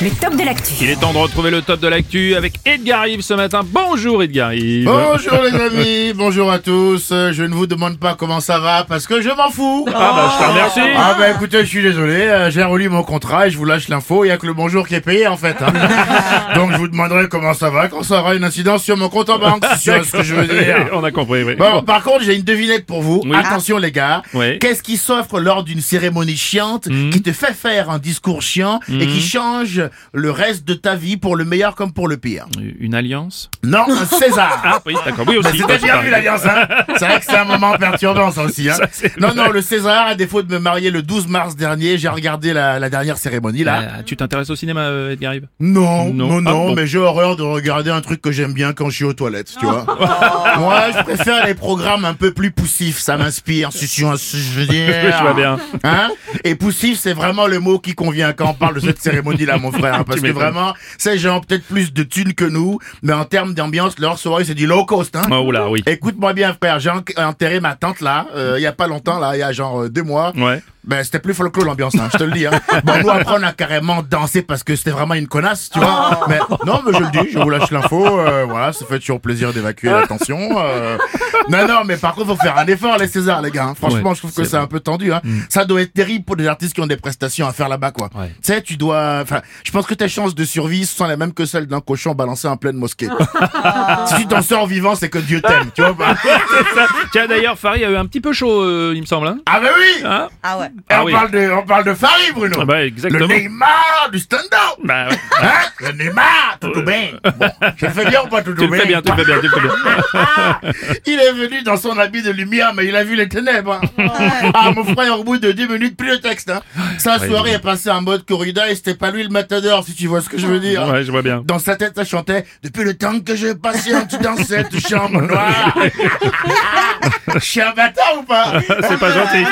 le top de l'actu. Il est temps de retrouver le top de l'actu avec Edgar Yves ce matin. Bonjour Edgar Yves. Bonjour les amis, bonjour à tous. Euh, Je ne vous demande pas comment ça va parce que je m'en fous. Ah bah je te remercie. Ah bah écoutez, je suis désolé, euh, j'ai relu mon contrat et je vous lâche l'info, il n'y a que le bonjour qui est payé en fait. hein. Donc je vous demanderai comment ça va quand ça aura une incidence sur mon compte en banque, tu vois ce que je veux dire. On a compris, oui. Bon, par contre, j'ai une devinette pour vous. Oui. Attention les gars, Oui. Mhm. qu'est-ce qui s'offre lors d'une cérémonie chiante qui te fait faire un discours chiant et qui change le reste de ta vie pour le meilleur comme pour le pire Une alliance Non, un César Ah oui, d'accord. Oui aussi. C'était bien bah, vu l'alliance, hein C'est vrai que c'est un moment perturbant, ça aussi, hein Ça, c'est Non, non, le César, à défaut de me marier le 12 mars dernier, j'ai regardé la, la dernière cérémonie, là. Euh, tu t'intéresses au cinéma, euh, Edgar Yves Non, Non. non, non, Ah, bon. mais j'ai horreur de regarder un truc que j'aime bien quand je suis aux toilettes, tu vois. Moi, je préfère les programmes un peu plus poussifs, ça m'inspire, si si, si, je veux dire. Oui, je vois bien. Hein Et poussif, c'est vraiment le mot qui convient quand on parle de cette cérémonie-là, mon frère. hein, parce que m'étonnes. vraiment, ces gens ont peut-être plus de thunes que nous, mais en termes d'ambiance, leur soirée, c'est du low cost, hein. Oh là, oui. Écoute-moi bien, frère. J'ai en- enterré ma tante là, euh, il y a pas longtemps là, il y a genre euh, deux mois. Ouais. Ben c'était plus folklore l'ambiance, hein, je te le dis. Hein. Bon, nous après on a carrément dansé parce que c'était vraiment une connasse, tu Oh. vois. Mais non, mais je le dis, je vous lâche l'info. euh, voilà, ça fait toujours plaisir d'évacuer la tension. euh. Non, non, mais par contre faut faire un effort les Césars, les gars. hein. Franchement, Ouais, je trouve que c'est Mm. c'est un peu tendu. Hein. Ça doit être terrible pour des artistes qui ont des prestations à faire là-bas, quoi. Ouais. Tu sais, tu dois. Enfin, je pense que tes chances de survie sont les mêmes que celles d'un cochon balancé en pleine mosquée. si tu t'en sors vivant, c'est que Dieu t'aime, tu vois. bah. Tiens, d'ailleurs, Farid a eu un petit peu chaud, euh, il me semble. Hein Ah bah oui Hein Ah ouais. Et Ah on, oui. parle de, on parle de Farid, Bruno Ah bah, exactement. Le Neymar du stand-up Bah, ouais. Hein Le Neymar Tout bien Bon, je le fais bien ou pas tout Euh, tu le fais bien, tu le fais bien, tu le fais bien. Il est venu dans son habit de lumière, mais il a vu les ténèbres. hein. Ah, mon frère, au bout de 10 minutes, plus le texte. Hein. Sa Ouais, soirée ouais. est passée en mode corrida et c'était pas lui le matador, si tu vois ce que je veux dire. Ouais, je vois bien. Dans sa tête, ça chantait Depuis le temps que je patiente dans cette chambre noire. Je suis un bâtard ou pas C'est pas gentil.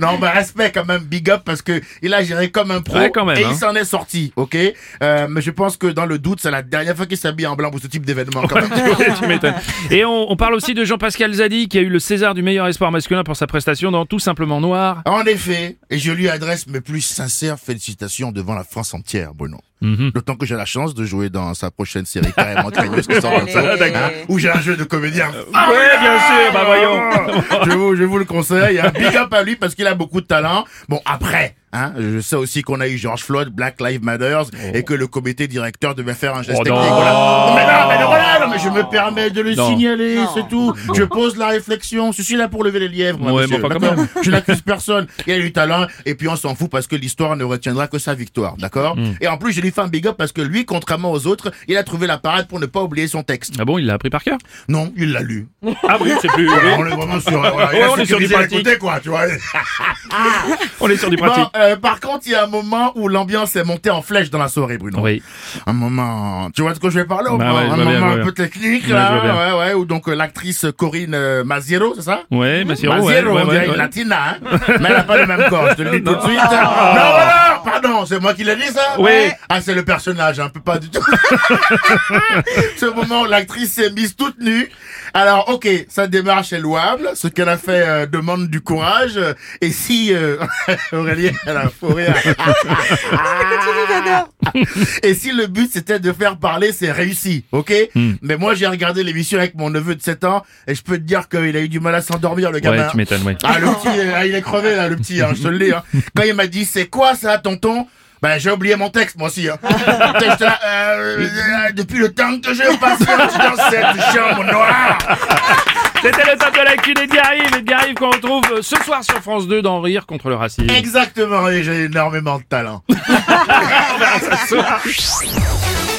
Non, bah respect quand même, big up parce que il a géré comme un pro Ouais, quand même, et hein. il s'en est sorti, ok. Euh, mais je pense que dans le doute, c'est la dernière fois qu'il s'habille en blanc pour ce type d'événement. quand même. Ouais, tu m'étonnes. Et on, on parle aussi de Jean-Pascal Zadi qui a eu le César du meilleur espoir masculin pour sa prestation dans Tout simplement noir. En effet, et je lui adresse mes plus sincères félicitations devant la France entière, Bruno. Mhm. D'autant que j'ai la chance de jouer dans sa prochaine série carrément craigneuse qui sort Allez. comme ça, hein, où j'ai un jeu de comédien. Ouais, bien sûr, bah voyons. je, vous, je vous le conseille. Un big up à lui parce qu'il a beaucoup de talent. Bon, après. Hein, je sais aussi qu'on a eu George Floyd, Black Lives Matter, et que le comité directeur devait faire un geste Oh non. technique. Voilà. Non, Mais non, mais non, voilà, non, mais je me permets de le Non. signaler, c'est tout. Je pose la réflexion. Je suis là pour lever les lièvres. moi, Ouais, monsieur, mais enfin, quand d'accord même. Je n'accuse personne. Il a du talent, et puis on s'en fout parce que l'histoire ne retiendra que sa victoire, d'accord Hmm. Et en plus, je lui fais un big up parce que lui, contrairement aux autres, il a trouvé la parade pour ne pas oublier son texte. Ah bon, il l'a appris par cœur Non, il l'a lu. Ah oui, c'est plus. oui. On est vraiment sur. voilà, il Ouais, a on est sur du sécurisé pratique. les côtés, quoi, tu vois. On est sur du Bon, pratique. euh, par contre, il y a un moment où l'ambiance est montée en flèche dans la soirée, Bruno. Oui. Un moment, tu vois de quoi je vais parler, au Bah moins, ouais, je un vois bien, moment je vois un peu technique, Ouais, je vois là, ouais, ouais, où donc euh, l'actrice Corinne euh, Maziero, c'est ça Ouais, bah c'est Maziero, ouais, ouais, on ouais, dirait ouais. une latina, hein mais elle a pas le même corps, je te le dis tout de suite. Non, voilà, pardon, c'est moi qui l'ai dit ça Oui. Ouais. Ah, c'est le personnage, un peu pas du tout. Ce moment, l'actrice s'est mise toute nue. Alors, ok, sa démarche est louable, ce qu'elle a fait euh, demande du courage, euh, et si euh, Aurélien, elle a fourré et si le but c'était de faire parler, c'est réussi, ok Hmm. Mais moi j'ai regardé l'émission avec mon neveu de 7 ans et je peux te dire qu'il a eu du mal à s'endormir le gamin. Ouais, tu m'étonnes, ouais. ah le petit, euh, ah, il est crevé là, le petit, hein, je te le dis. hein. Quand il m'a dit c'est quoi ça, tonton ben j'ai oublié mon texte moi aussi. Hein. Putain, j'étais là, euh, euh, depuis le temps que je passe dans cette chambre noire. C'était le top de l'actu d'Edgar Yves. Edgar Yves qu'on retrouve euh, ce soir sur France 2 dans Rire contre le racisme. Exactement et j'ai énormément de talent. Le